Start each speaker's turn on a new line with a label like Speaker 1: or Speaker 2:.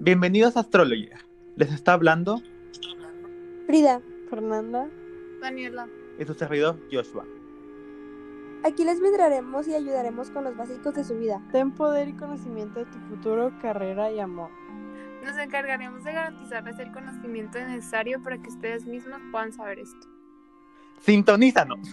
Speaker 1: Bienvenidos a Astrología. Les está hablando
Speaker 2: Frida, Fernanda,
Speaker 3: Daniela.
Speaker 1: y su servidor Joshua.
Speaker 2: aquí les vendremos y ayudaremos con los básicos de su vida.
Speaker 4: Ten poder y conocimiento de tu futuro, carrera y amor.
Speaker 3: Nos encargaremos de garantizarles el conocimiento necesario para que ustedes mismos puedan saber esto.
Speaker 1: ¡Sintonízanos!